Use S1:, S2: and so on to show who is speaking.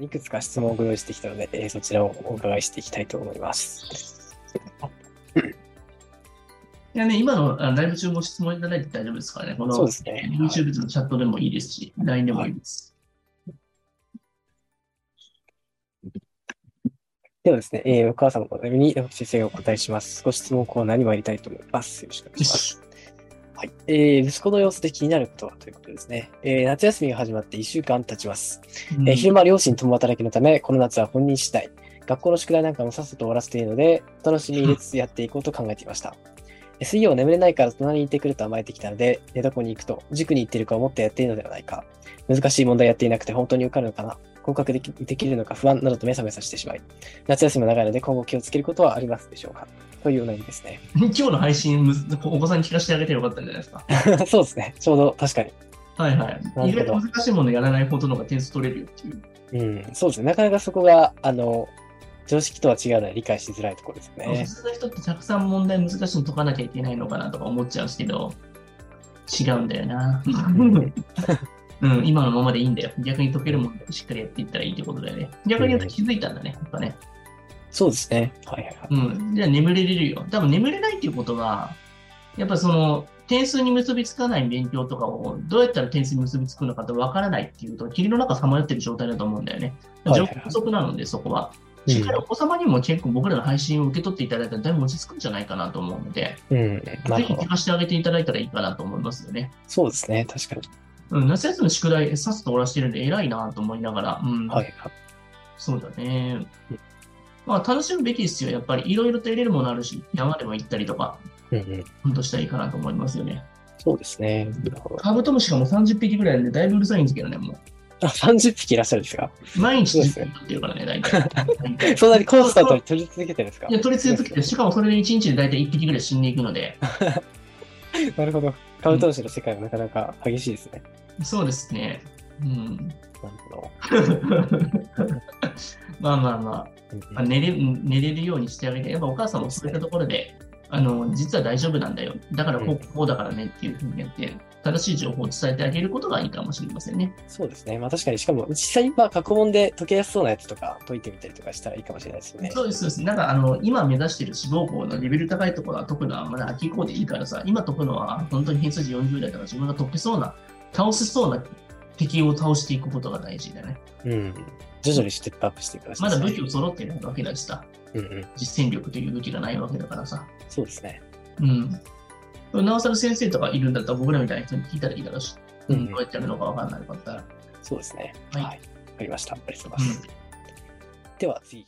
S1: いくつか質問をご用意してきたので、えーそちらをお伺いしていきたいと思います。
S2: いやね、今のあライブ中も質問いただいて大丈夫ですからね。この
S1: そうですね。はい
S2: YouTube のチャットでもいいですし、LINE でもいいです。
S1: ではですね、えー、お母様のお悩みに直木先生がお答えします。ご質問コーナーに参りたいと思います。よろしくお願いします。はい、えー息子の様子で気になることはということですね、えー夏休みが始まって1週間経ちます。
S2: うん
S1: えー昼間は両親共働きのため、この夏は本人次第。学校の宿題なんかもさっさと終わらせていいので、お楽しみに入れつつやっていこうと考えていました。 えー水曜は眠れないから隣にいてくると甘えてきたので、寝床に行くと、塾に行ってるか思ってやっていいのではないか。難しい問題やっていなくて本当に受かるのかな。合格できできるのか不安などとめさめさしてしまい、夏休みも長いので今後気をつけることはありますでしょうかというお悩みですね。
S2: 今日の配信、むずお子さんに聞かせてあげてよかったんじゃないですか。
S1: そうですね。ちょうど確かに。
S2: はいは
S1: ほど
S2: い。意外と難しいものやらないことの方が点数取れるよっていう。
S1: うん、そうですね。なかなかそこが、あの、常識とは違うのは理解しづらいところですよ
S2: 普
S1: ね。
S2: 通の人ってたくさん問題難しいの解かなきゃいけないのかなとか思っちゃうんですけど、違うんだ よな。
S1: ん
S2: うん、今のままでいいんだよ。逆に解けるもん題しっかりやっていったらいいってことだよね。逆に言うと気づいたんだね、やっぱね。
S1: そうですね。はいはいはい。
S2: うん。じゃあ眠れれるよ。多分眠れないっていうことは、やっぱその、点数に結びつかない勉強とかをどうやったら点数に結びつくのかとわからないっていうと、霧の中さまよってる状態だと思うんだよね。
S1: はいは
S2: 情
S1: いはい
S2: 報不足なので、そこは。
S1: うん
S2: しっかりお子様にも結構僕らの配信を受け取っていただいたらだいぶ落ち着くんじゃないかなと思うので、
S1: うん、なる
S2: ぜ
S1: ほ
S2: ひ
S1: ど
S2: 聞。かせてあげていただいたらいいかなと思いますよね。
S1: そうですね。確かに。
S2: うん、夏休みの宿題さっさと終わらしてるんで偉いなと思いながら、うん、
S1: はいはい。
S2: そうだね
S1: うん。
S2: まあ楽しむべきですよ、やっぱり。いろいろと得れるものあるし、山でも行ったりとか、
S1: うんうん、
S2: ほんとしたらいいかなと思いますよね。
S1: そうですね。なるほど
S2: カブトムシがもう30匹ぐらいなんで、だいぶうるさいんですけどね、も
S1: あ30匹いらっしゃるんですか
S2: う。毎
S1: そう
S2: 日
S1: です
S2: 10匹
S1: ね
S2: 取ってるからね、大体。
S1: そんなにコンスタントに取り続けてるんですか
S2: いや、取り続けてる、しかもそれで1日で大体1匹ぐらい死んでいくので、
S1: なるほど。カブトムシの世界はなかなか激しいですね。
S2: そうですね。うん。
S1: なるほど。
S2: まあまあま
S1: うん
S2: あ、寝れ寝れるようにしてあげて、やっぱお母さんもそういったところで、あの実は大丈夫なんだよ、だからこ
S1: うん
S2: うこうだからねっていうふうにやって、正しい情報を伝えてあげることがいいかもしれませんね。
S1: そうですね。まあ確かに、しかも実際今過去問で解けやすそうなやつとか解いてみたりとかしたらいいかもしれないですよね。
S2: そうです、そうです。なんかあの今目指している志望校のレベル高いところは解くのはまだ秋以降でいいからさ、今解くのは本当に偏差値40代だから自分が解けそうな、倒せそうな敵を倒していくことが大事だね。
S1: うん。徐々にステップアップしていくらしい
S2: ま
S1: です
S2: だ
S1: ね。
S2: 武器を揃ってないわけだしさ、
S1: うんうん。
S2: 実践力という武器がないわけだからさ。
S1: そうですね。
S2: うん。なおさら先生とかいるんだったら僕らみたいな人に聞いたらいいだろうし、
S1: う
S2: うん
S1: うん
S2: ん、どうやってやるのか分かんないかったら。
S1: そうですね。は。わ、
S2: はいい
S1: かりました。ありがとうございます。では次。